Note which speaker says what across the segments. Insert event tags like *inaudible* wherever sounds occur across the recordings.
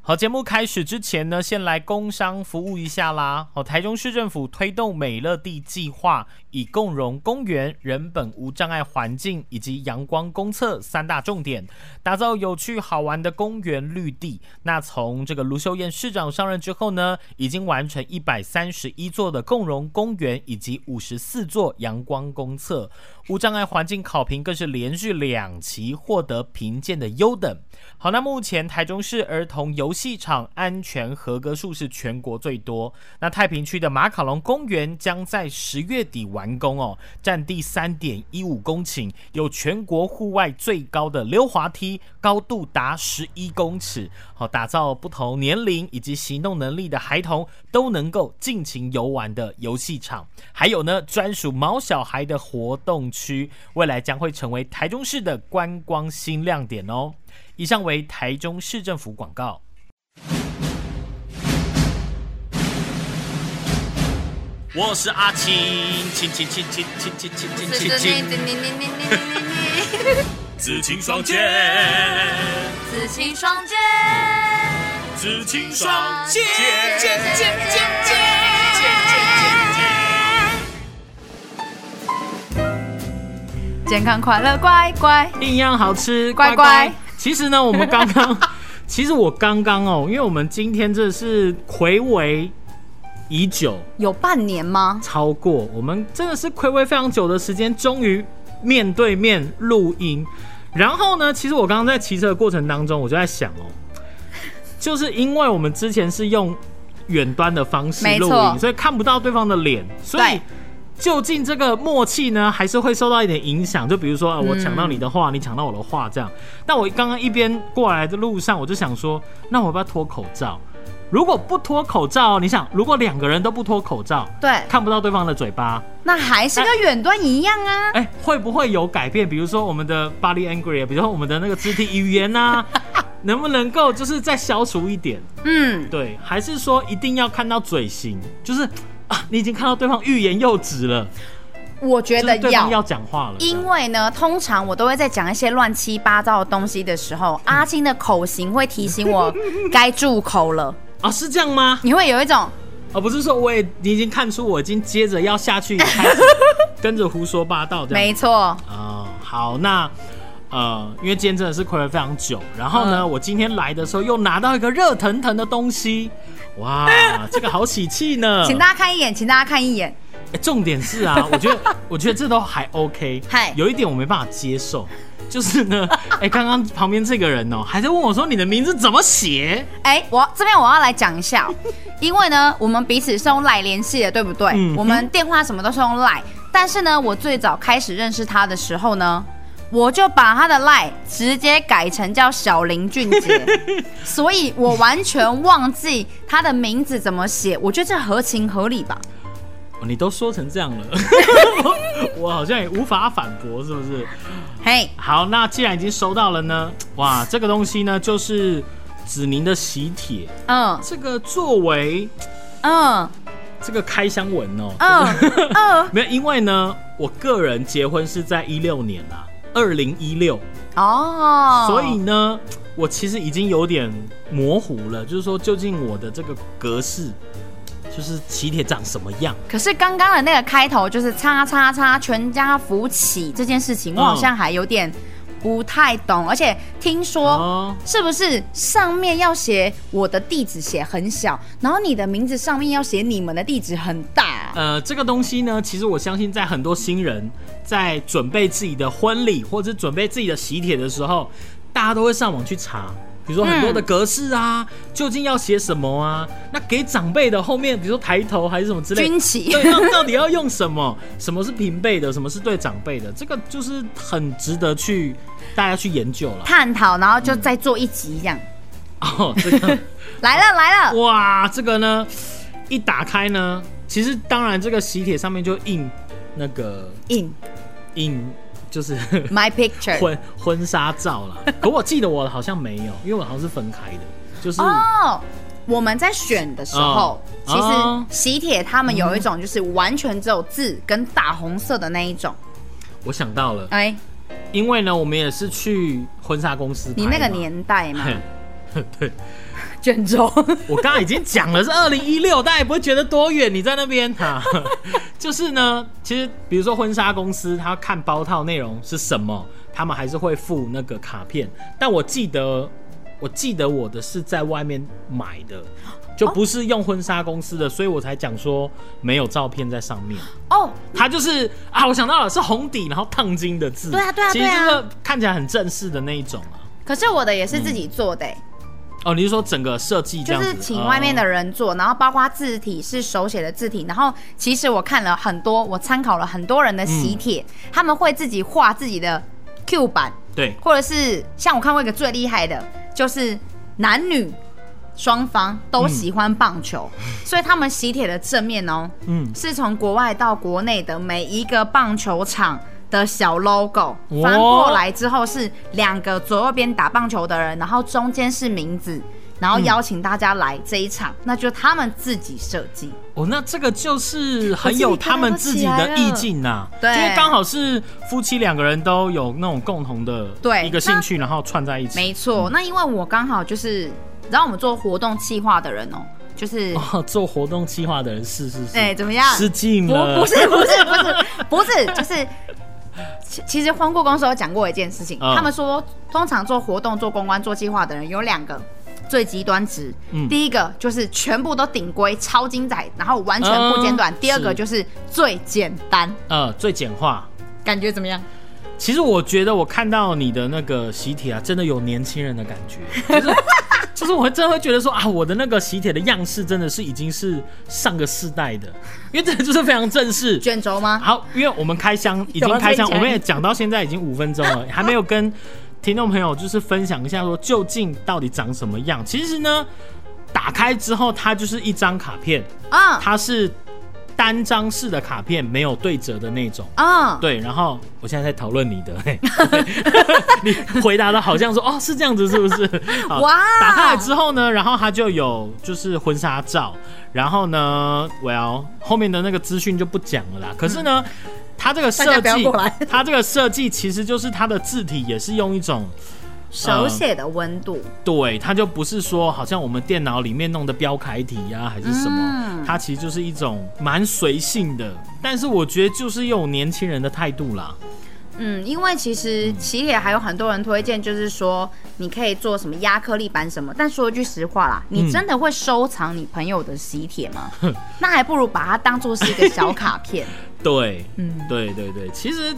Speaker 1: 好，节目开始之前呢，先来工商服务一下啦。好，台中市政府推动美乐地计划，以共融公园、人本无障碍环境以及阳光公厕三大重点，打造有趣好玩的公园绿地。那从这个卢秀燕市长上任之后呢，已经完成一百三十一座的共融公园以及五十四座阳光公厕，无障碍环境考评更是连续两期获得评鉴的优等。好，那目前台中市儿童游戏场安全合格数是全国最多。那太平区的马卡龙公园将在十月底完工哦，占地三点一五公顷，有全国户外最高的溜滑梯，高度达十一公尺。好，打造不同年龄以及行动能力的孩童都能够尽情游玩的游戏场。还有呢，专属毛小孩的活动区，未来将会成为台中市的观光新亮点哦。以上为台中市政府广告。我是阿青，青青青青青青青青青
Speaker 2: 是是你
Speaker 1: 青，
Speaker 2: 你你你你你你你，
Speaker 1: 紫青双剑，
Speaker 2: 紫青双剑，
Speaker 1: 紫青双剑。
Speaker 2: 剑剑剑剑剑。健康快乐乖乖，
Speaker 1: 营养好吃，
Speaker 2: 乖
Speaker 1: 乖
Speaker 2: 乖
Speaker 1: 其实呢，我们刚刚， *laughs* 其实我刚刚哦，因为我们今天这是暌违已久，
Speaker 2: 有半年吗？
Speaker 1: 超过我们真的是暌违非常久的时间，终于面对面录音。然后呢，其实我刚刚在骑车的过程当中，我就在想
Speaker 2: *laughs*
Speaker 1: 哦，就是因为我们之前是用远端的方式
Speaker 2: 没
Speaker 1: 录
Speaker 2: 错
Speaker 1: 音，所以看不到对方的脸，所以
Speaker 2: 对。
Speaker 1: 究竟这个默契呢，还是会受到一点影响？就比如说，
Speaker 2: 嗯
Speaker 1: 呃我抢到你的话，你抢到我的话，这样。那我刚刚一边过来的路上，我就想说，那我要不要脱口罩？如果不脱口罩，你想，如果两个人都不脱口罩，
Speaker 2: 对，
Speaker 1: 看不到对方的嘴巴，
Speaker 2: 那还是跟远端一样啊。
Speaker 1: 哎、会不会有改变？比如说我们的 body angry，啊比如说我们的那个肢体语言
Speaker 2: *laughs*
Speaker 1: 呐、能不能够就是再消除一点？
Speaker 2: 嗯，
Speaker 1: 对，还是说一定要看到嘴型？就是啊，你已经看到对方欲言又止了，
Speaker 2: 我觉
Speaker 1: 就是
Speaker 2: 得
Speaker 1: 对
Speaker 2: 要
Speaker 1: 方要讲话了。
Speaker 2: 因为呢，通常我都会在讲一些乱七八糟的东西的时 *laughs* 候，阿青的口型会提醒我该住口了。
Speaker 1: 啊，是这样吗？
Speaker 2: 你会有一种
Speaker 1: 而、不是说我也你已经看出我已经接着要下去，开
Speaker 2: *laughs*
Speaker 1: 始跟着胡说八道这样
Speaker 2: 没错，
Speaker 1: 哦，好，那呃，因为今天真的是暌违非常久，然后
Speaker 2: 嗯
Speaker 1: 呢，我今天来的时候又拿到一个热腾腾的东西，
Speaker 2: *laughs*
Speaker 1: 哇，这个好喜气呢！
Speaker 2: 请大家看一眼，请大家看一眼。
Speaker 1: 欸重点是
Speaker 2: *laughs*
Speaker 1: 啊，我觉得我觉得这都还 OK，
Speaker 2: 嗨
Speaker 1: 有一点我没办法接受。就是
Speaker 2: *laughs*
Speaker 1: 呢，哎、刚刚旁边这个人哦、还在问我说你的名字怎么写？
Speaker 2: 哎、我这边我要来讲
Speaker 1: *laughs*
Speaker 2: 一下哦、因为呢，我们彼此是用赖联系的，对不对？
Speaker 1: 嗯
Speaker 2: 我们电话什么都是用赖，但是呢，我最早开始认识他的时候呢，我就把他的赖直接改成叫小林俊杰，
Speaker 1: *laughs*
Speaker 2: 所以我完全忘记他的名字怎么写。我觉得这合情合理吧？
Speaker 1: 哦你都说成这样了， *laughs* 我我好像也无法反驳，是不是？嗯
Speaker 2: 嘿、
Speaker 1: 好，那既然已经收到了呢，哇，这个东西呢就是子宁的喜帖，
Speaker 2: 嗯
Speaker 1: 这个作为
Speaker 2: 嗯
Speaker 1: 这个开箱文哦、
Speaker 2: 嗯
Speaker 1: *laughs*
Speaker 2: 嗯，
Speaker 1: 没有，因为呢，我个人结婚是在一六年啦，二零一六，
Speaker 2: 哦，
Speaker 1: 所以呢，我其实已经有点模糊了，就是说究竟我的这个格式，就是喜帖长什么样？
Speaker 2: 可是刚刚的那个开头就是“叉叉叉全家福起”这件事情，我
Speaker 1: 嗯
Speaker 2: 好像还有点不太懂，而且听说
Speaker 1: 哦，
Speaker 2: 是不是上面要写我的地址写很小，然后你的名字上面要写你们的地址很大啊、
Speaker 1: 呃，这个东西呢，其实我相信在很多新人在准备自己的婚礼或者是准备自己的喜帖的时候，大家都会上网去查。比如说很多的格式啊，究竟要写什么啊？那给长辈的后面，比如说抬头还是什么之类的
Speaker 2: 军
Speaker 1: *laughs*
Speaker 2: 旗
Speaker 1: 对，那到底要用什么？什么是平辈的？什么是对长辈的？这个就是很值得去大家去研究了。 *laughs*
Speaker 2: 探讨，然后就再做一集这样。
Speaker 1: 哦，这个
Speaker 2: 来了来了，
Speaker 1: 哇，这个呢，一打开呢，其实当然这个喜帖上面就印那个
Speaker 2: in
Speaker 1: 印就是 *laughs*
Speaker 2: my picture。
Speaker 1: 婚婚纱照啦。可我记得我好像没有，因为我好像是分开的，就是。
Speaker 2: 哦，我们在选的时候，
Speaker 1: 哦
Speaker 2: 其
Speaker 1: 哦
Speaker 2: 实喜帖他们有一
Speaker 1: 嗯
Speaker 2: 种就是完全只有字跟大红色的那一种，
Speaker 1: 我想到了，
Speaker 2: 哎、
Speaker 1: 因为呢，我们也是去婚纱公司拍
Speaker 2: 你那
Speaker 1: 嘛
Speaker 2: 个年代嘛
Speaker 1: 嘿， *laughs* 对，
Speaker 2: 卷轴， *laughs*
Speaker 1: 我刚刚已经讲了是二零一六，大家也不会觉得多远。你在那边哈，就是呢，其实比如说婚纱公司，他看包套内容是什么，他们还是会附那个卡片。但我记得，我记得我的是在外面买的，就不是用婚纱公司的，所以我才讲说没有照片在上面。
Speaker 2: 哦，
Speaker 1: 它就是啊，我想到了，是红底然后烫金的字。
Speaker 2: 对啊对啊
Speaker 1: 其实
Speaker 2: 对啊
Speaker 1: 这个看起来很正式的那一种啊。
Speaker 2: 可是我的也是自己做的、欸
Speaker 1: 哦，你是说整个设计这样
Speaker 2: 就
Speaker 1: 子？
Speaker 2: 是请外面
Speaker 1: 哦
Speaker 2: 的人做，然后包括字体是手写的字体，然后其实我看了很多，我参考了很多人的喜帖，
Speaker 1: 嗯
Speaker 2: 他们会自己画自己的 Q 版，
Speaker 1: 哦对，
Speaker 2: 或者是像我看过一个最厉害的，就是男女双方
Speaker 1: 嗯
Speaker 2: 都喜欢棒球，所以他们喜帖的正面哦，
Speaker 1: 嗯，
Speaker 2: 是从国外到国内的每一个棒球场的小 logo
Speaker 1: 哦
Speaker 2: 翻过来之后是两个左右边打棒球的人，然后中间是名字，然后邀请大家来这一场，那就他们自己设计。
Speaker 1: 哦，那这个就是很有他们自己的意境呐、
Speaker 2: 对
Speaker 1: 因为刚好是夫妻两个人都有那种共同的
Speaker 2: 对
Speaker 1: 一个兴趣，然后串在一起。
Speaker 2: 没错，嗯那因为我刚好就是，然后我们做活动企划的人哦，就是。
Speaker 1: 哦，做活动计划的人是是是，
Speaker 2: 哎、怎么样？
Speaker 1: 失敬
Speaker 2: 不
Speaker 1: 了，
Speaker 2: 不是不是不是不是，就是其其实荒过公司有讲过一件事情，
Speaker 1: 嗯
Speaker 2: 他们说通常做活动、做公关、做计划的人有两个。最极端值，
Speaker 1: 嗯
Speaker 2: 第一个就是全部都顶规、超精彩，然后完全不间断；
Speaker 1: 嗯
Speaker 2: 第二个
Speaker 1: 是
Speaker 2: 就是最简单，
Speaker 1: 呃，最简化。
Speaker 2: 感觉怎么样？
Speaker 1: 其实我觉得我看到你的那个喜帖啊，真的有年轻人的感觉，
Speaker 2: *laughs*
Speaker 1: 就是就是我真的会觉得说啊，我的那个喜帖的样式真的是已经是上个世代的，因为这个就是非常正式，
Speaker 2: 卷轴吗？
Speaker 1: 好，因为我们开箱已经开箱，我们也讲到现在已经五分钟了，还没有跟听众朋友就是分享一下说究竟到底长什么样。其实呢，打开之后它就是一张卡片，
Speaker 2: 嗯
Speaker 1: 它是单张式的卡片，没有对折的那种。
Speaker 2: 嗯，
Speaker 1: 对，然后我现在在讨论你的，嘿 *laughs* 你回答的好像说哦是这样子，是不是？好
Speaker 2: 哇
Speaker 1: 打开来之后呢，然后它就有就是婚纱照，然后呢，well 后面的那个资讯就不讲了啦。可是呢，它这个
Speaker 2: 嗯大
Speaker 1: 设
Speaker 2: 家不要
Speaker 1: 计
Speaker 2: 过来，
Speaker 1: 它这个设计其实就是它的字体也是用一种
Speaker 2: 手写的温度，
Speaker 1: 对，它就不是说好像我们电脑里面弄的标楷体呀、还是什么，
Speaker 2: 嗯
Speaker 1: 它其实就是一种蛮随性的，但是我觉得就是有年轻人的态度啦。
Speaker 2: 嗯，因为其实起铁还有很多人推荐，就是说你可以做什么压克力板什么。但说一句实话啦，
Speaker 1: 嗯
Speaker 2: 你真的会收藏你朋友的喜帖吗？ *laughs* 那还不如把它当做是一个小卡片。
Speaker 1: *laughs* 对，
Speaker 2: 嗯，
Speaker 1: 对对对，其实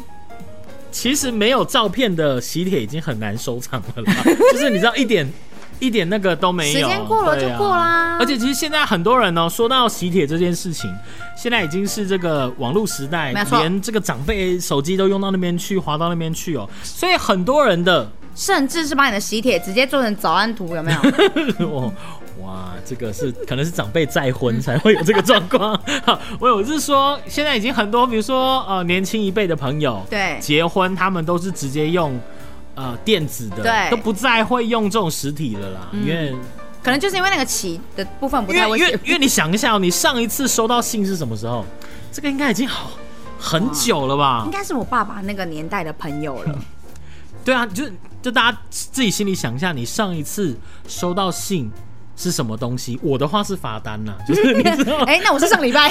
Speaker 1: 其实没有照片的喜帖已经很难收藏了
Speaker 2: *laughs*
Speaker 1: 啦，就是你知道一点一点那个都没有，
Speaker 2: 时间过了就
Speaker 1: 对啊
Speaker 2: 过啦
Speaker 1: 而且其实现在很多人呢、说到喜帖这件事情，现在已经是这个网络时代
Speaker 2: 没，错
Speaker 1: 连这个长辈手机都用到那边去，滑到那边去哦，所以很多人的
Speaker 2: 甚至是把你的喜帖直接做成早安图，有没有？ *laughs*
Speaker 1: *laughs* 哦。哇，这个是可能是长辈再婚才会有这个状
Speaker 2: *laughs*
Speaker 1: 况。好我有是说，现在已经很多，比如说呃年轻一辈的朋友，
Speaker 2: 对，
Speaker 1: 结婚，他们都是直接用呃电子的，
Speaker 2: 对
Speaker 1: 都不再会用这种实体了啦，因为
Speaker 2: 可能就是因为那个起的部分不太
Speaker 1: 因
Speaker 2: 会
Speaker 1: 为因为
Speaker 2: 写。
Speaker 1: 因为你想一下、哦，你上一次收到信是什么时候？这个应该已经好很久了吧
Speaker 2: 应？该是我爸爸那个年代的朋友了，
Speaker 1: 对啊，就就大家自己心里想一下，你上一次收到信。是什么东西？我的话是罚单啦、就是 *laughs* 你知道，
Speaker 2: *laughs* 哎、那我是上礼拜，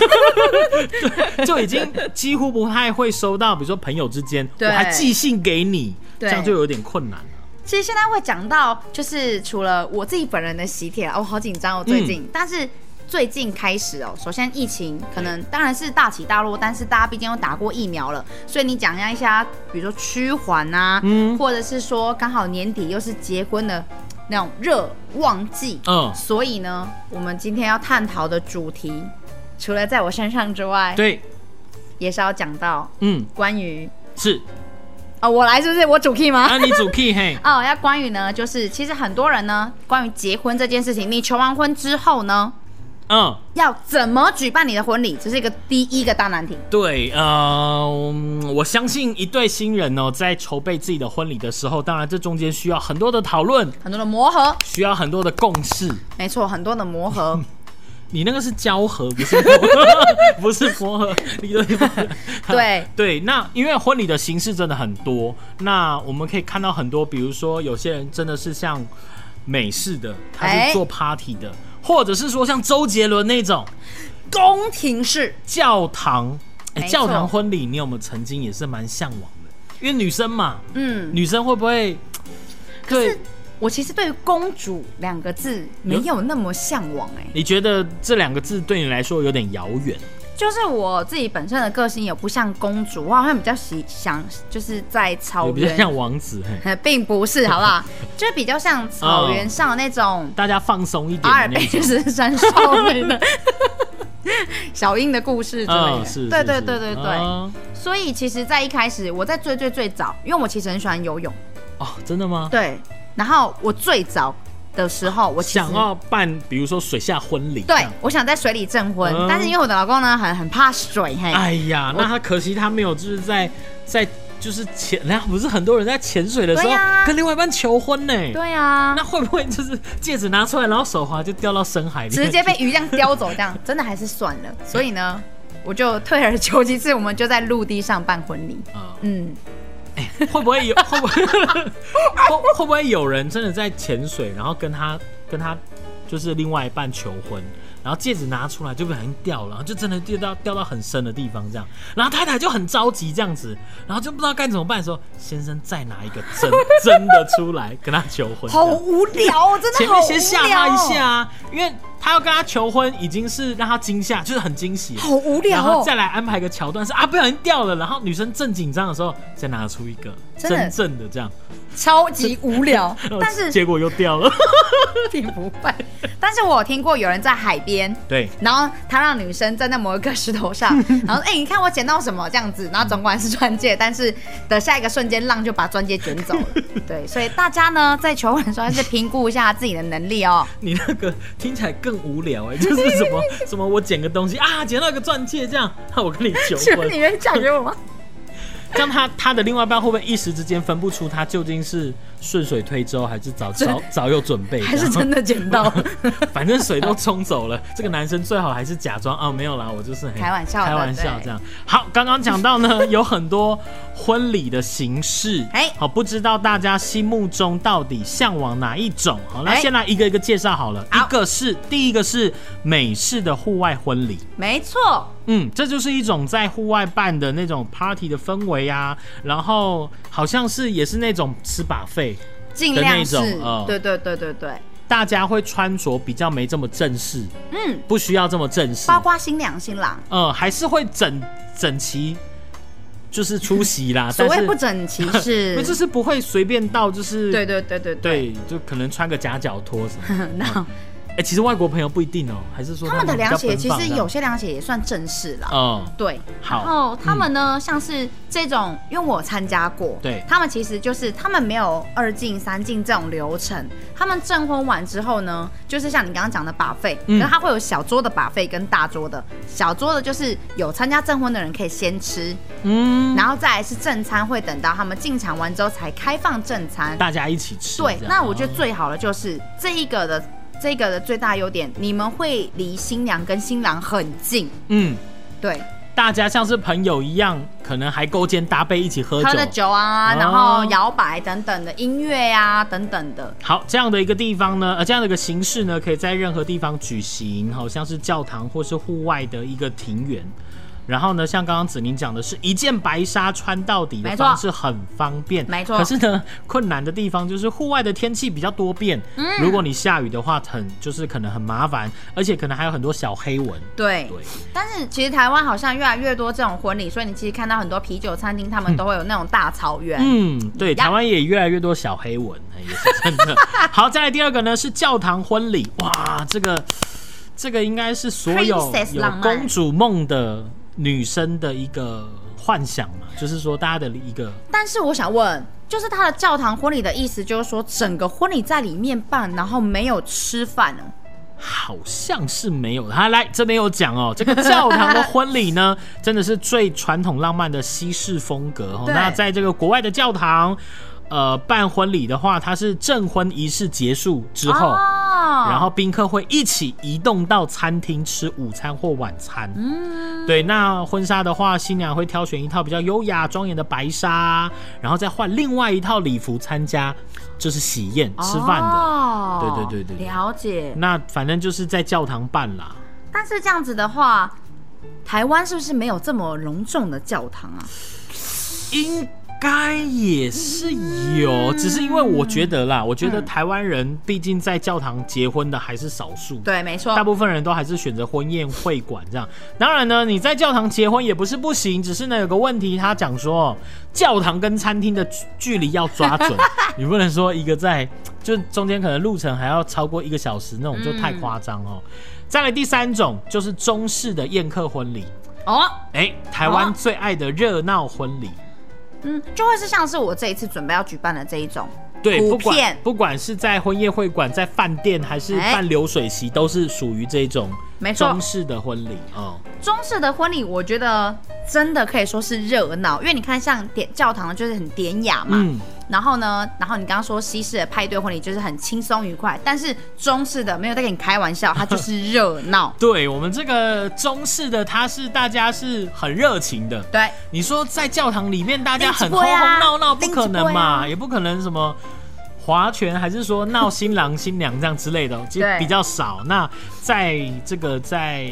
Speaker 1: *laughs* 就已经几乎不太会收到，比如说朋友之间，我
Speaker 2: 对
Speaker 1: 还寄信给你，这
Speaker 2: 对
Speaker 1: 样就有点困难了。
Speaker 2: 其实现在会讲到，就是除了我自己本人的喜帖啊，我、好紧张哦，最近，
Speaker 1: 嗯
Speaker 2: 但是。最近开始哦，首先疫情可能当然是大起大落，但是大家毕竟都打过疫苗了，所以你讲一下，比如说趋缓啊，
Speaker 1: 嗯
Speaker 2: 或者是说刚好年底又是结婚的那种热旺季，
Speaker 1: 嗯，
Speaker 2: 所以呢，我们今天要探讨的主题，除了在我身上之外，
Speaker 1: 对，
Speaker 2: 也是要讲到
Speaker 1: 嗯，
Speaker 2: 关于
Speaker 1: 是
Speaker 2: 哦，我来是不是我主 key 吗？
Speaker 1: 啊，你主 key 嘿， *laughs*
Speaker 2: 哦，要关于呢，就是其实很多人呢，关于结婚这件事情，你求完婚之后呢，
Speaker 1: 嗯。
Speaker 2: 要怎么举办你的婚礼，这是一个第一个大难题。
Speaker 1: 对，呃，嗯我相信一对新人哦，在筹备自己的婚礼的时候，当然这中间需要很多的讨论，
Speaker 2: 很多的磨合，
Speaker 1: 需要很多的共识。
Speaker 2: 没错，很多的
Speaker 1: *laughs*
Speaker 2: 磨合。
Speaker 1: 你那个是交合，
Speaker 2: *laughs*
Speaker 1: 不是不是磨合，你的
Speaker 2: 对
Speaker 1: *laughs* 对。那因为婚礼的形式真的很多，那我们可以看到很多，比如说有些人真的是像美式的，他
Speaker 2: 哎
Speaker 1: 是做 party 的，或者是说像周杰伦那种
Speaker 2: 宫廷式，
Speaker 1: 教堂，哎、
Speaker 2: 没错
Speaker 1: 教堂婚礼，你有没有曾经也是蛮向往的？因为女生嘛，
Speaker 2: 嗯，
Speaker 1: 女生会不会？对，
Speaker 2: 我其实对于“公主”两个字没有那么向往哎、
Speaker 1: 你觉得这两个字对你来说有点遥远？
Speaker 2: 就是我自己本身的个性也不像公主，我好像比较喜想就是在草
Speaker 1: 也比较
Speaker 2: 原，呃
Speaker 1: 像王子，嘿，
Speaker 2: 并不是好不 *laughs* 好？就是比较像
Speaker 1: 哦
Speaker 2: 草原上那种
Speaker 1: 大家放松一点
Speaker 2: 阿
Speaker 1: 的那
Speaker 2: 尔卑
Speaker 1: 种。
Speaker 2: 斯山少女
Speaker 1: *laughs*
Speaker 2: 的小樱的故事 *laughs* 之类的，
Speaker 1: 嗯，是，是
Speaker 2: 对对
Speaker 1: 是
Speaker 2: 对对对。
Speaker 1: 啊
Speaker 2: 所以其实，在一开始，我在最最最早，因为我其实很喜欢游泳，
Speaker 1: 哦，真的吗？
Speaker 2: 对。然后我最早的时候，我其实
Speaker 1: 想哦要办，比如说水下婚礼。这
Speaker 2: 对
Speaker 1: 样，
Speaker 2: 我想在水里证婚，
Speaker 1: 嗯
Speaker 2: 但是因为我的老公呢，很很怕水，嘿，
Speaker 1: 哎呀，那他可惜他没有，就是在在就是潜，人家不是很多人在潜水的时候
Speaker 2: 对呀
Speaker 1: 跟另外一半求婚呢。
Speaker 2: 对啊
Speaker 1: 那，会不会就是戒指拿出来，然后手滑就掉到深海里面？
Speaker 2: 直接被鱼这样叼走，这样真的还是算
Speaker 1: *laughs*
Speaker 2: 了。所以呢，我就退而求其次，我们就在陆地上办婚礼。
Speaker 1: 啊、
Speaker 2: 嗯，
Speaker 1: 会不会有？会不会 *laughs* 会会不会有人真的在潜水，然后跟他跟他就是另外一半求婚，然后戒指拿出来就不小心掉了，然后就真的掉到掉到很深的地方这样，然后太太就很着急这样子，然后就不知道该怎么办的时候，先生再拿一个真真的出来跟他求婚，
Speaker 2: 好
Speaker 1: 这样
Speaker 2: 无聊哦，真
Speaker 1: 啊
Speaker 2: 的
Speaker 1: 前
Speaker 2: 好
Speaker 1: 面
Speaker 2: 无
Speaker 1: 先吓
Speaker 2: 聊
Speaker 1: 他
Speaker 2: 哦
Speaker 1: 一下，啊，因为他要跟他求婚已经是让他惊吓，就是很惊喜了，
Speaker 2: 好无
Speaker 1: 然
Speaker 2: 聊
Speaker 1: 后
Speaker 2: 哦，
Speaker 1: 再来安排个桥段是啊，不小心掉了，然后女生正紧张的时候再拿出一个
Speaker 2: 真的
Speaker 1: 真正的这样，
Speaker 2: 超级
Speaker 1: *laughs*
Speaker 2: 无聊
Speaker 1: 然后。
Speaker 2: 但是
Speaker 1: 结果又掉
Speaker 2: *laughs*
Speaker 1: 了。
Speaker 2: 并不会， *laughs* 但是我有听过有人在海边。
Speaker 1: 对，
Speaker 2: 然后他让女生站在某一个石
Speaker 1: *laughs*
Speaker 2: 头上，然后说哎、你看我捡到什么这样子，然后总管是钻戒，但是的下一个瞬间浪就把钻戒卷走
Speaker 1: *laughs*
Speaker 2: 了。对，所以大家呢在求婚的时候还是评估一下自己的能
Speaker 1: *laughs*
Speaker 2: 力哦。
Speaker 1: 你那个听起来更无聊哎、 *laughs* 就是什么什么我捡个东西啊，捡到一个钻戒这样，那我跟你求
Speaker 2: 请 *laughs* 问
Speaker 1: 婚
Speaker 2: 你，愿意嫁给我吗？
Speaker 1: 这样他他的另外一半会不会一时之间分不出他究竟是顺水推舟还是早早早有准备，
Speaker 2: 还是
Speaker 1: 这样
Speaker 2: 真的
Speaker 1: *laughs*
Speaker 2: 捡到？
Speaker 1: 反正水都冲走了，这个男生最好还是假装啊没有啦，我就是嘿
Speaker 2: 开玩笑的
Speaker 1: 开玩笑这样。好，刚刚讲到呢，有很多婚礼的形式，
Speaker 2: 哎
Speaker 1: 好，不知道大家心目中到底向往哪一种？好，那
Speaker 2: 哎
Speaker 1: 先来一个一个介绍好了。一个是第一个是美式的户外婚礼。
Speaker 2: 没错，
Speaker 1: 嗯，这就是一种在户外办的那种 party 的氛围啊，然后好像是也是那种吃把费，
Speaker 2: 尽
Speaker 1: 的那
Speaker 2: 量是
Speaker 1: 种嗯，
Speaker 2: 对对对对对，
Speaker 1: 大家会穿着比较没这么正式，
Speaker 2: 嗯，
Speaker 1: 不需要这么正式，
Speaker 2: 包括新娘新郎，
Speaker 1: 呃，还是会整整齐，就是出席啦。
Speaker 2: 所
Speaker 1: 但
Speaker 2: 谓
Speaker 1: 是
Speaker 2: 不整齐，
Speaker 1: *laughs* 不就是是不会随便到，就是
Speaker 2: 对对对对对， *laughs*
Speaker 1: 对就可能穿个夹脚拖什么。 *laughs*
Speaker 2: 然后
Speaker 1: 哎、其实外国朋友不一定哦，还是说
Speaker 2: 他们的
Speaker 1: 比较
Speaker 2: 凉鞋
Speaker 1: 奔
Speaker 2: 其
Speaker 1: 放
Speaker 2: 实
Speaker 1: 这样
Speaker 2: 有，些凉鞋也算正式啦。
Speaker 1: 嗯，
Speaker 2: 对，
Speaker 1: 好嗯
Speaker 2: 然后他们呢，像是这种，因为我有参加过，
Speaker 1: 对
Speaker 2: 他们其实就是他们没有二进三进这种流程，他们证婚完之后呢，就是像你刚刚讲的把费，
Speaker 1: 嗯
Speaker 2: 可是他会有小桌的把费跟大桌的，小桌的就是有参加证婚的人可以先吃，
Speaker 1: 嗯，
Speaker 2: 然后再来是正餐，会等到他们进场完之后才开放正餐。
Speaker 1: 大家一起吃这
Speaker 2: 对
Speaker 1: 样。，
Speaker 2: 那我觉得最好的就是这一个的这个的最大优点，你们会离新娘跟新郎很近，
Speaker 1: 嗯。
Speaker 2: 对，
Speaker 1: 大家像是朋友一样，可能还勾肩搭背一起喝酒。
Speaker 2: 喝的酒啊，
Speaker 1: 哦
Speaker 2: 然后摇摆等等的音乐呀、等等的，
Speaker 1: 好，这样的一个地方呢，呃，这样的一个形式呢，可以在任何地方举行，好像是教堂或是户外的一个庭园。然后呢，像刚刚子宁讲的是一件白纱穿到底的
Speaker 2: 没错
Speaker 1: 方式很方便，
Speaker 2: 没错
Speaker 1: 可是呢，困难的地方就是户外的天气比较多变，
Speaker 2: 嗯
Speaker 1: 如果你下雨的话，很就是可能很麻烦，而且可能还有很多小黑纹。
Speaker 2: 对。
Speaker 1: 对，
Speaker 2: 但是其实台湾好像越来越多这种婚礼，所以你其实看到很多啤酒餐厅，他们都会有那种大草原。
Speaker 1: 嗯，对，
Speaker 2: 呀
Speaker 1: 台湾也越来越多小黑文，哎也是真
Speaker 2: *laughs*
Speaker 1: 的。好，再来第二个呢是教堂婚礼，哇，这个这个应该是所有
Speaker 2: Princess
Speaker 1: 有
Speaker 2: 浪漫
Speaker 1: 公主梦的女生的一个幻想嘛，就是说大家的一个
Speaker 2: 但是我想问，就是他的教堂婚礼的意思，就是说整个婚礼在里面办，然后没有吃饭哦。
Speaker 1: 好像是没有的。他来这边有讲
Speaker 2: *laughs*
Speaker 1: 哦，这个教堂的婚礼呢，真的是最传统浪漫的西式风格哦。
Speaker 2: 对
Speaker 1: 那在这个国外的教堂。呃办婚礼的话，它是证婚仪式结束之后，
Speaker 2: 哦
Speaker 1: 然
Speaker 2: 然
Speaker 1: 后宾客会一起移动到餐厅吃午餐或晚餐。
Speaker 2: 嗯，
Speaker 1: 对，那婚纱的话，新娘会挑选一套比较优雅庄严的白纱，然后再换另外一套礼服参加，这是喜宴吃饭的。
Speaker 2: 哦
Speaker 1: 对对对对对
Speaker 2: 了解。
Speaker 1: 那反正就是在教堂办啦。
Speaker 2: 但是这样子的话，台湾是不是没有这么隆重的教堂啊？
Speaker 1: 应该也是有，只是因为我觉得啦，我觉
Speaker 2: 嗯
Speaker 1: 得台湾人毕竟在教堂结婚的还是少数。
Speaker 2: 对，没错
Speaker 1: 大。部分人都还是选择婚宴会馆这样，当然呢，你在教堂结婚也不是不行，只是呢有个问题，他讲说哦教堂跟餐厅的距距离要抓准，你不能说一个在就中间可能路程还要超过一个小时那种就太夸张哦。再来第三种就是中式的宴客婚礼，
Speaker 2: 哦，
Speaker 1: 哎、台湾
Speaker 2: 哦
Speaker 1: 最爱的热闹婚礼，
Speaker 2: 嗯，就会是像是我这一次准备要举办的这一种，
Speaker 1: 对，
Speaker 2: 普
Speaker 1: 不管
Speaker 2: 遍
Speaker 1: 不管是在婚宴会馆、在饭店还是
Speaker 2: 哎
Speaker 1: 办流水席，都是属于这种
Speaker 2: 没错
Speaker 1: 中式的婚礼哦。
Speaker 2: 中式的婚礼，我觉得真的可以说是热闹，因为你看像典教堂就是很典雅嘛，
Speaker 1: 嗯，。
Speaker 2: 然后呢，然后你刚刚说西式的派对婚礼就是很轻松愉快，但是中式的没有在跟你开玩笑，它就是热闹
Speaker 1: 对我们这个中式的，它是大家是很热情的。
Speaker 2: *laughs* 对，
Speaker 1: 你说在教堂里面，大家很
Speaker 2: 拎
Speaker 1: 哄
Speaker 2: 起杯
Speaker 1: 哄
Speaker 2: 啊
Speaker 1: 闹闹，不
Speaker 2: 拎起
Speaker 1: 可能
Speaker 2: 杯
Speaker 1: 嘛，
Speaker 2: 啊
Speaker 1: 也不可能什么。划拳还是说闹新郎新娘这样之类的，其实
Speaker 2: 对
Speaker 1: 比较少。那在这个在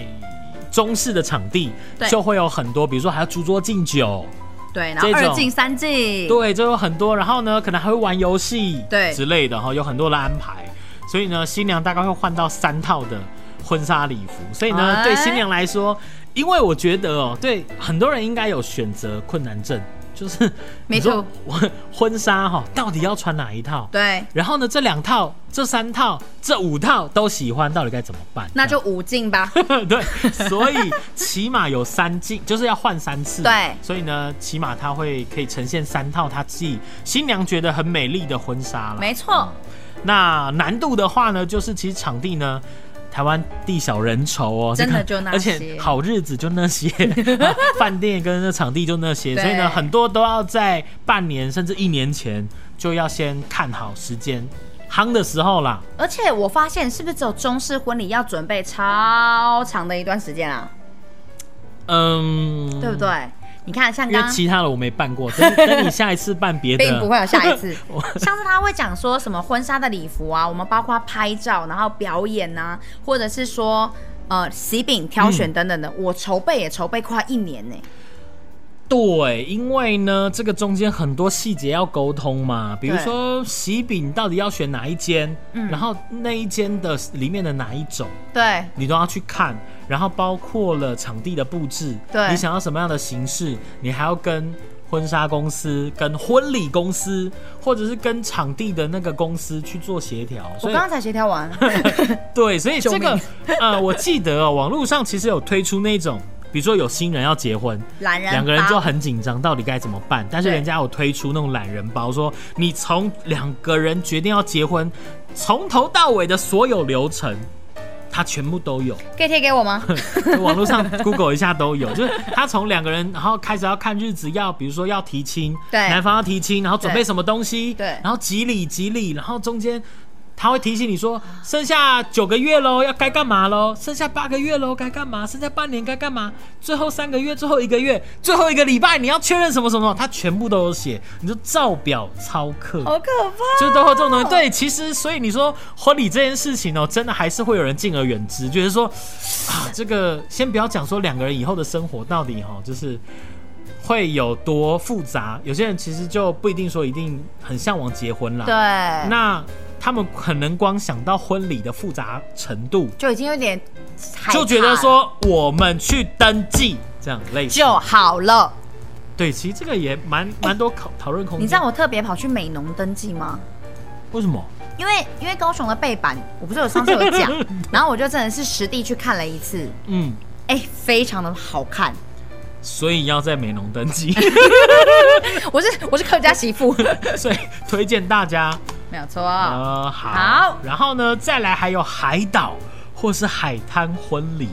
Speaker 1: 中式的场地，
Speaker 2: 对
Speaker 1: 就会有很多，比如说还要诸桌敬酒，
Speaker 2: 对，然后
Speaker 1: 这种
Speaker 2: 二进三进，
Speaker 1: 对，就有很多，然后呢，可能还会玩游戏，
Speaker 2: 对
Speaker 1: 之类的哈，有很多的安排。所以呢，新娘大概会换到三套的婚纱礼服。所以呢，
Speaker 2: 哎
Speaker 1: 对新娘来说，因为我觉得哦，对很多人应该有选择困难症，就是
Speaker 2: 没
Speaker 1: 你说
Speaker 2: 错，
Speaker 1: 我婚纱哈、到底要穿哪一套？
Speaker 2: 对，
Speaker 1: 然后呢，这两套、这三套、这五套都喜欢，到底该怎么办？
Speaker 2: 那就五进 *laughs* 吧。
Speaker 1: *laughs* 对，所以起码有三季，就是要换三次。
Speaker 2: 对
Speaker 1: 所以呢，起码它会可以呈现三套她自己新娘觉得很美丽的婚纱了。
Speaker 2: 没错，
Speaker 1: 那难度的话呢，就是其实场地呢。台湾地小人稠哦，
Speaker 2: 真的
Speaker 1: 这个
Speaker 2: 就那
Speaker 1: 而且
Speaker 2: 些
Speaker 1: 好日子就那
Speaker 2: *laughs*
Speaker 1: 些，啊饭店跟那场地就那些，
Speaker 2: 对
Speaker 1: 所以呢，很多都要在半年甚至一年前就要先看好时间，夯的时候啦，
Speaker 2: 而且我发现是不是只有中式婚礼要准备超长的一段时间啊？
Speaker 1: 嗯，
Speaker 2: 对不对？你看，像
Speaker 1: 因
Speaker 2: 刚
Speaker 1: 为其他的我没办过，
Speaker 2: *laughs*
Speaker 1: 等等你下一次办别的，
Speaker 2: 并不会有下一次
Speaker 1: *laughs* 我。
Speaker 2: 上次他会讲说什么婚纱的礼服啊，我们包括拍照，然后表演呐、或者是说呃喜饼挑选等等的，
Speaker 1: 嗯
Speaker 2: 我筹备也筹备快一年呢、
Speaker 1: 对，因为呢，这个中间很多细节要沟通嘛，比如说喜饼到底要选哪一间，
Speaker 2: 嗯
Speaker 1: 然后那一间的里面的哪一种，
Speaker 2: 对，
Speaker 1: 你都要去看，然后包括了场地的布置，
Speaker 2: 对
Speaker 1: 你想要什么样的形式，你还要跟。婚纱公司跟婚礼公司，或者是跟场地的那个公司去做协调，
Speaker 2: 我
Speaker 1: 所以
Speaker 2: 刚刚才协
Speaker 1: *laughs*
Speaker 2: 调完。
Speaker 1: 对，所以这
Speaker 2: 救
Speaker 1: 个呃，我记得、哦、网络上其实有推出那种，比如说有新人要结婚，
Speaker 2: 懒人
Speaker 1: 两个人
Speaker 2: 包
Speaker 1: 就很紧张，到底该怎么办？但是
Speaker 2: 对
Speaker 1: 人家有推出那种懒人包，说你从两个人决定要结婚，从头到尾的所有流程。它全部都有，
Speaker 2: 可以贴给
Speaker 1: *laughs*
Speaker 2: 我吗？
Speaker 1: 网络上 Google 一下都有，就是他从两个人，然后开始要看日子，要比如说要提亲，
Speaker 2: 对
Speaker 1: 男方要提亲，然后准备
Speaker 2: 对
Speaker 1: 什么东西，
Speaker 2: 对
Speaker 1: 然后几礼几礼，然后中间他会提醒你说，剩下九个月喽，要该干嘛喽，剩下八个月喽，该干嘛，剩下半年该干嘛，最后三个月，最后一个月，最后一个礼拜你要确认什么什么，他全部都有写，你就照表操课。
Speaker 2: 好可怕！
Speaker 1: 就都会有这种东
Speaker 2: 哦
Speaker 1: 西，对，其实所以你说婚礼这件事情哦，真的还是会有人敬而远之，觉得说啊，这个先不要讲说两个人以后的生活到底哈、哦，就是会有多复杂，有些人其实就不一定说一定很向往结婚啦，
Speaker 2: 对，
Speaker 1: *laughs* 那他们可能光想到婚礼的复杂程度，
Speaker 2: 就已经有点害怕
Speaker 1: 就觉得说我们去登记这样类似，
Speaker 2: 就好了。
Speaker 1: 对，其实这个也蛮蛮多讨讨论空间。
Speaker 2: 你知道我特别跑去美农登记吗？
Speaker 1: 为什么？
Speaker 2: 因为因为高雄的背板，我不是有上次有
Speaker 1: *laughs*
Speaker 2: 讲，然后我就真的是实地去看了一次，
Speaker 1: 嗯，
Speaker 2: 哎、非常的好看。
Speaker 1: 所以要在美农登记。
Speaker 2: 我是我是客家
Speaker 1: *laughs*
Speaker 2: 媳妇， *laughs*
Speaker 1: 所以推荐大家，
Speaker 2: 没有错。
Speaker 1: 呃，好，
Speaker 2: 啊好
Speaker 1: 然后呢，再来还有海岛或是海滩婚礼，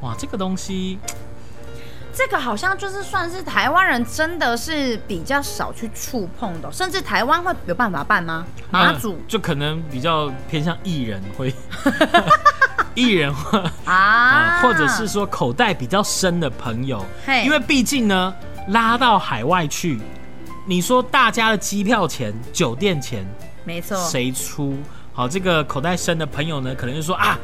Speaker 1: 哇，这个东西
Speaker 2: 这个好像就是算是台湾人真的是比较少去触碰的哦，甚至台湾会有办法办吗？马
Speaker 1: 嗯
Speaker 2: 祖、
Speaker 1: 就可能比较偏向艺人
Speaker 2: *laughs*
Speaker 1: 会，艺人或
Speaker 2: 啊，
Speaker 1: 嗯或者是说口袋比较深的朋友，
Speaker 2: 嘿
Speaker 1: 因为毕竟呢，拉到海外去，你说大家的机票钱、酒店钱
Speaker 2: 没错，
Speaker 1: 谁出？好，这个口袋深的朋友呢，可能就说啊，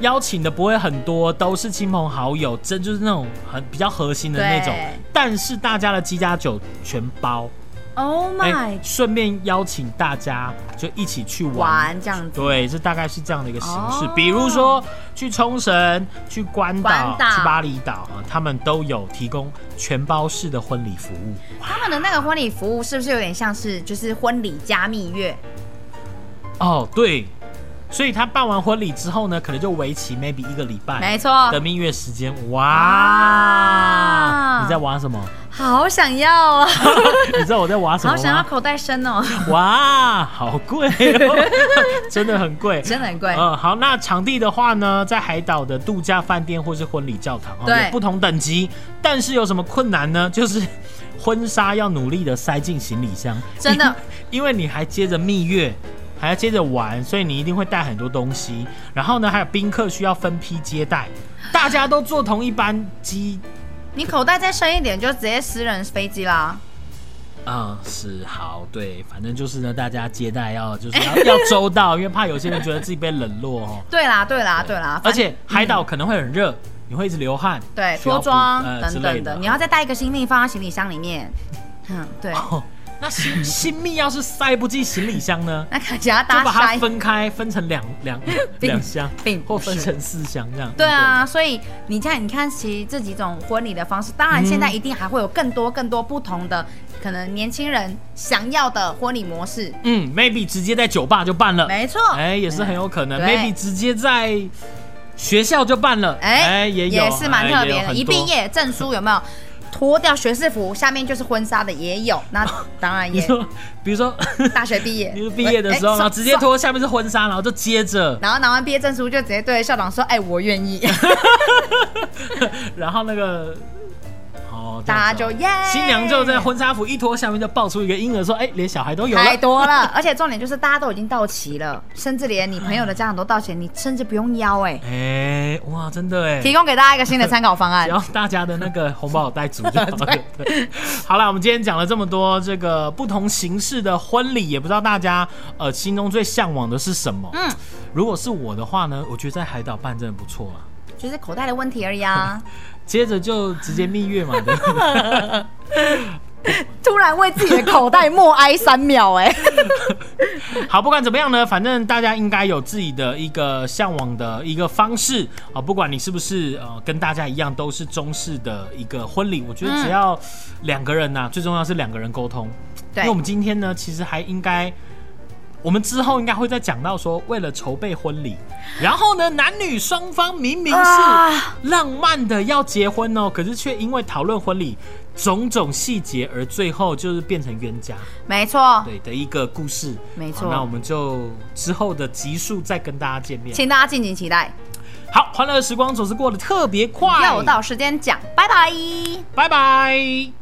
Speaker 1: 邀请的不会很多，都是亲朋好友，真就是那种很比较核心的那种
Speaker 2: 对。
Speaker 1: 但是大家的机加酒全包，
Speaker 2: Oh
Speaker 1: 哎
Speaker 2: my，、
Speaker 1: 顺便邀请大家就一起去玩。
Speaker 2: 玩这样子，
Speaker 1: 对，这大概是这样的一个形式，
Speaker 2: 哦
Speaker 1: 比如说去冲绳、去关岛、
Speaker 2: 关岛
Speaker 1: 去巴厘岛啊，他们都有提供全包式的婚礼服务。
Speaker 2: 他们的那个婚礼服务是不是有点像是就是婚礼加蜜月？
Speaker 1: 哦，对，所以他办完婚礼之后呢，可能就为期 maybe 一个礼拜，
Speaker 2: 没错
Speaker 1: 的蜜月时间。哇，
Speaker 2: 啊
Speaker 1: 你在玩什么？
Speaker 2: 好想要啊，
Speaker 1: 你知道我在玩什么
Speaker 2: 好
Speaker 1: 吗？
Speaker 2: 想要口袋深哦，
Speaker 1: 哇，好贵、
Speaker 2: *laughs*
Speaker 1: 哦，真的很贵。
Speaker 2: 真的很贵。
Speaker 1: 嗯，好，那场地的话呢，在海岛的度假饭店或是婚礼教堂，哦
Speaker 2: 对
Speaker 1: 有不同等级，但是有什么困难呢？就是婚纱要努力的塞进行李箱，
Speaker 2: 真的
Speaker 1: 因，因为你还接着蜜月。还要接着玩，所以你一定会带很多东西。然后呢，还有宾客需要分批接待，大家都坐同一班机。
Speaker 2: 你口袋再深一点，就直接私人飞机啦。
Speaker 1: 嗯，是好，对，反正就是呢，大家接待要就是要要周到，因为怕有些人觉得自己被冷落哦。
Speaker 2: 对啦，对啦，对啦，
Speaker 1: 而
Speaker 2: 反
Speaker 1: 且海岛可能会很热，你会一直流汗，
Speaker 2: 对
Speaker 1: 需要
Speaker 2: 脱
Speaker 1: 补
Speaker 2: 妆
Speaker 1: 呃之
Speaker 2: 等
Speaker 1: 类
Speaker 2: 等的，
Speaker 1: 的。
Speaker 2: 你要再带一个新命放到行李箱里面。嗯，对，
Speaker 1: 哦，那新新密要是塞不进行李箱呢？
Speaker 2: 那可能要
Speaker 1: 就
Speaker 2: 搭
Speaker 1: 把它
Speaker 2: 筛。
Speaker 1: 分开，分成两
Speaker 2: *laughs*
Speaker 1: 两
Speaker 2: 并
Speaker 1: 两箱
Speaker 2: 并，
Speaker 1: 或
Speaker 2: 不
Speaker 1: 分
Speaker 2: 是
Speaker 1: 成四箱这样。
Speaker 2: 对啊，所以你看，你看，其实这几种婚礼的方式，当然现在一定还会有更多更多不同的，可能年轻人想要的婚礼模式。
Speaker 1: 对，嗯，maybe 直接在酒吧就办了，
Speaker 2: 没错，嗯
Speaker 1: 哎，也是很有可能
Speaker 2: 对
Speaker 1: ，maybe 直接在学校就办了，
Speaker 2: 哎、
Speaker 1: 也有，
Speaker 2: 也是蛮
Speaker 1: 哎
Speaker 2: 特别
Speaker 1: 也有
Speaker 2: 的。
Speaker 1: 很
Speaker 2: 一毕
Speaker 1: 多
Speaker 2: 业证书有没有？脱掉学士服，下面就是婚纱的也有。那当然
Speaker 1: 你
Speaker 2: 也
Speaker 1: 说，比如
Speaker 2: *laughs*
Speaker 1: 说，
Speaker 2: 大学毕业，
Speaker 1: 比 *laughs* 如毕业的时候，
Speaker 2: 哎
Speaker 1: 然后直接，脱，下面是婚纱，然后就接着
Speaker 2: 送，然后拿完毕业证书就直接对校长说：“哎，我
Speaker 1: *laughs*
Speaker 2: 愿意。
Speaker 1: 然后那个，哦”，这样子哦
Speaker 2: 大家就耶，
Speaker 1: 新娘就在婚纱服一脱，下面就爆出一个婴儿，说：“哎、连小孩都有了。
Speaker 2: 太多了， *laughs* 而且重点就是大家都已经到齐了，甚至连你朋友的家长都到齐，你甚至不用
Speaker 1: *laughs*
Speaker 2: 邀哎、
Speaker 1: 哎、哇，真的哎，
Speaker 2: 提供给大家一个新的参考方案
Speaker 1: 然。后大家的那个红包有带足就
Speaker 2: *laughs*
Speaker 1: 好了。对好了，我们今天讲了这么多这个不同形式的婚礼，也不知道大家呃心中最向往的是什么。嗯，如果是我的话呢，我觉得在海岛办真的不错啊。
Speaker 2: 就是口袋的问题而已啊！ *laughs*
Speaker 1: 接着就直接蜜月嘛，对不对
Speaker 2: 突然为自己的口袋默哀三秒、
Speaker 1: *laughs*
Speaker 2: 哎，
Speaker 1: 好，不管怎么样呢，反正大家应该有自己的一个向往的一个方式啊。不管你是不是呃跟大家一样都是中式的一个婚礼，我觉得只要两个人呐、最重要是两个人沟通。因
Speaker 2: 嗯对
Speaker 1: 为我，们今天呢，其实还应该。我们之后应该会再讲到说，为了筹备婚礼，然后呢，男女双方明明
Speaker 2: 啊
Speaker 1: 是浪漫的要结婚哦，可是却因为讨论婚礼种种细节，而最后就是变成冤家。
Speaker 2: 没错，
Speaker 1: *laughs* 对的一个故事，
Speaker 2: 没错
Speaker 1: 好那我们就之后的集数再跟大家见面。
Speaker 2: 请大家敬请期待。
Speaker 1: 好，欢乐的时光总是过得特别快，
Speaker 2: 要有到时间讲，拜拜。
Speaker 1: 拜拜。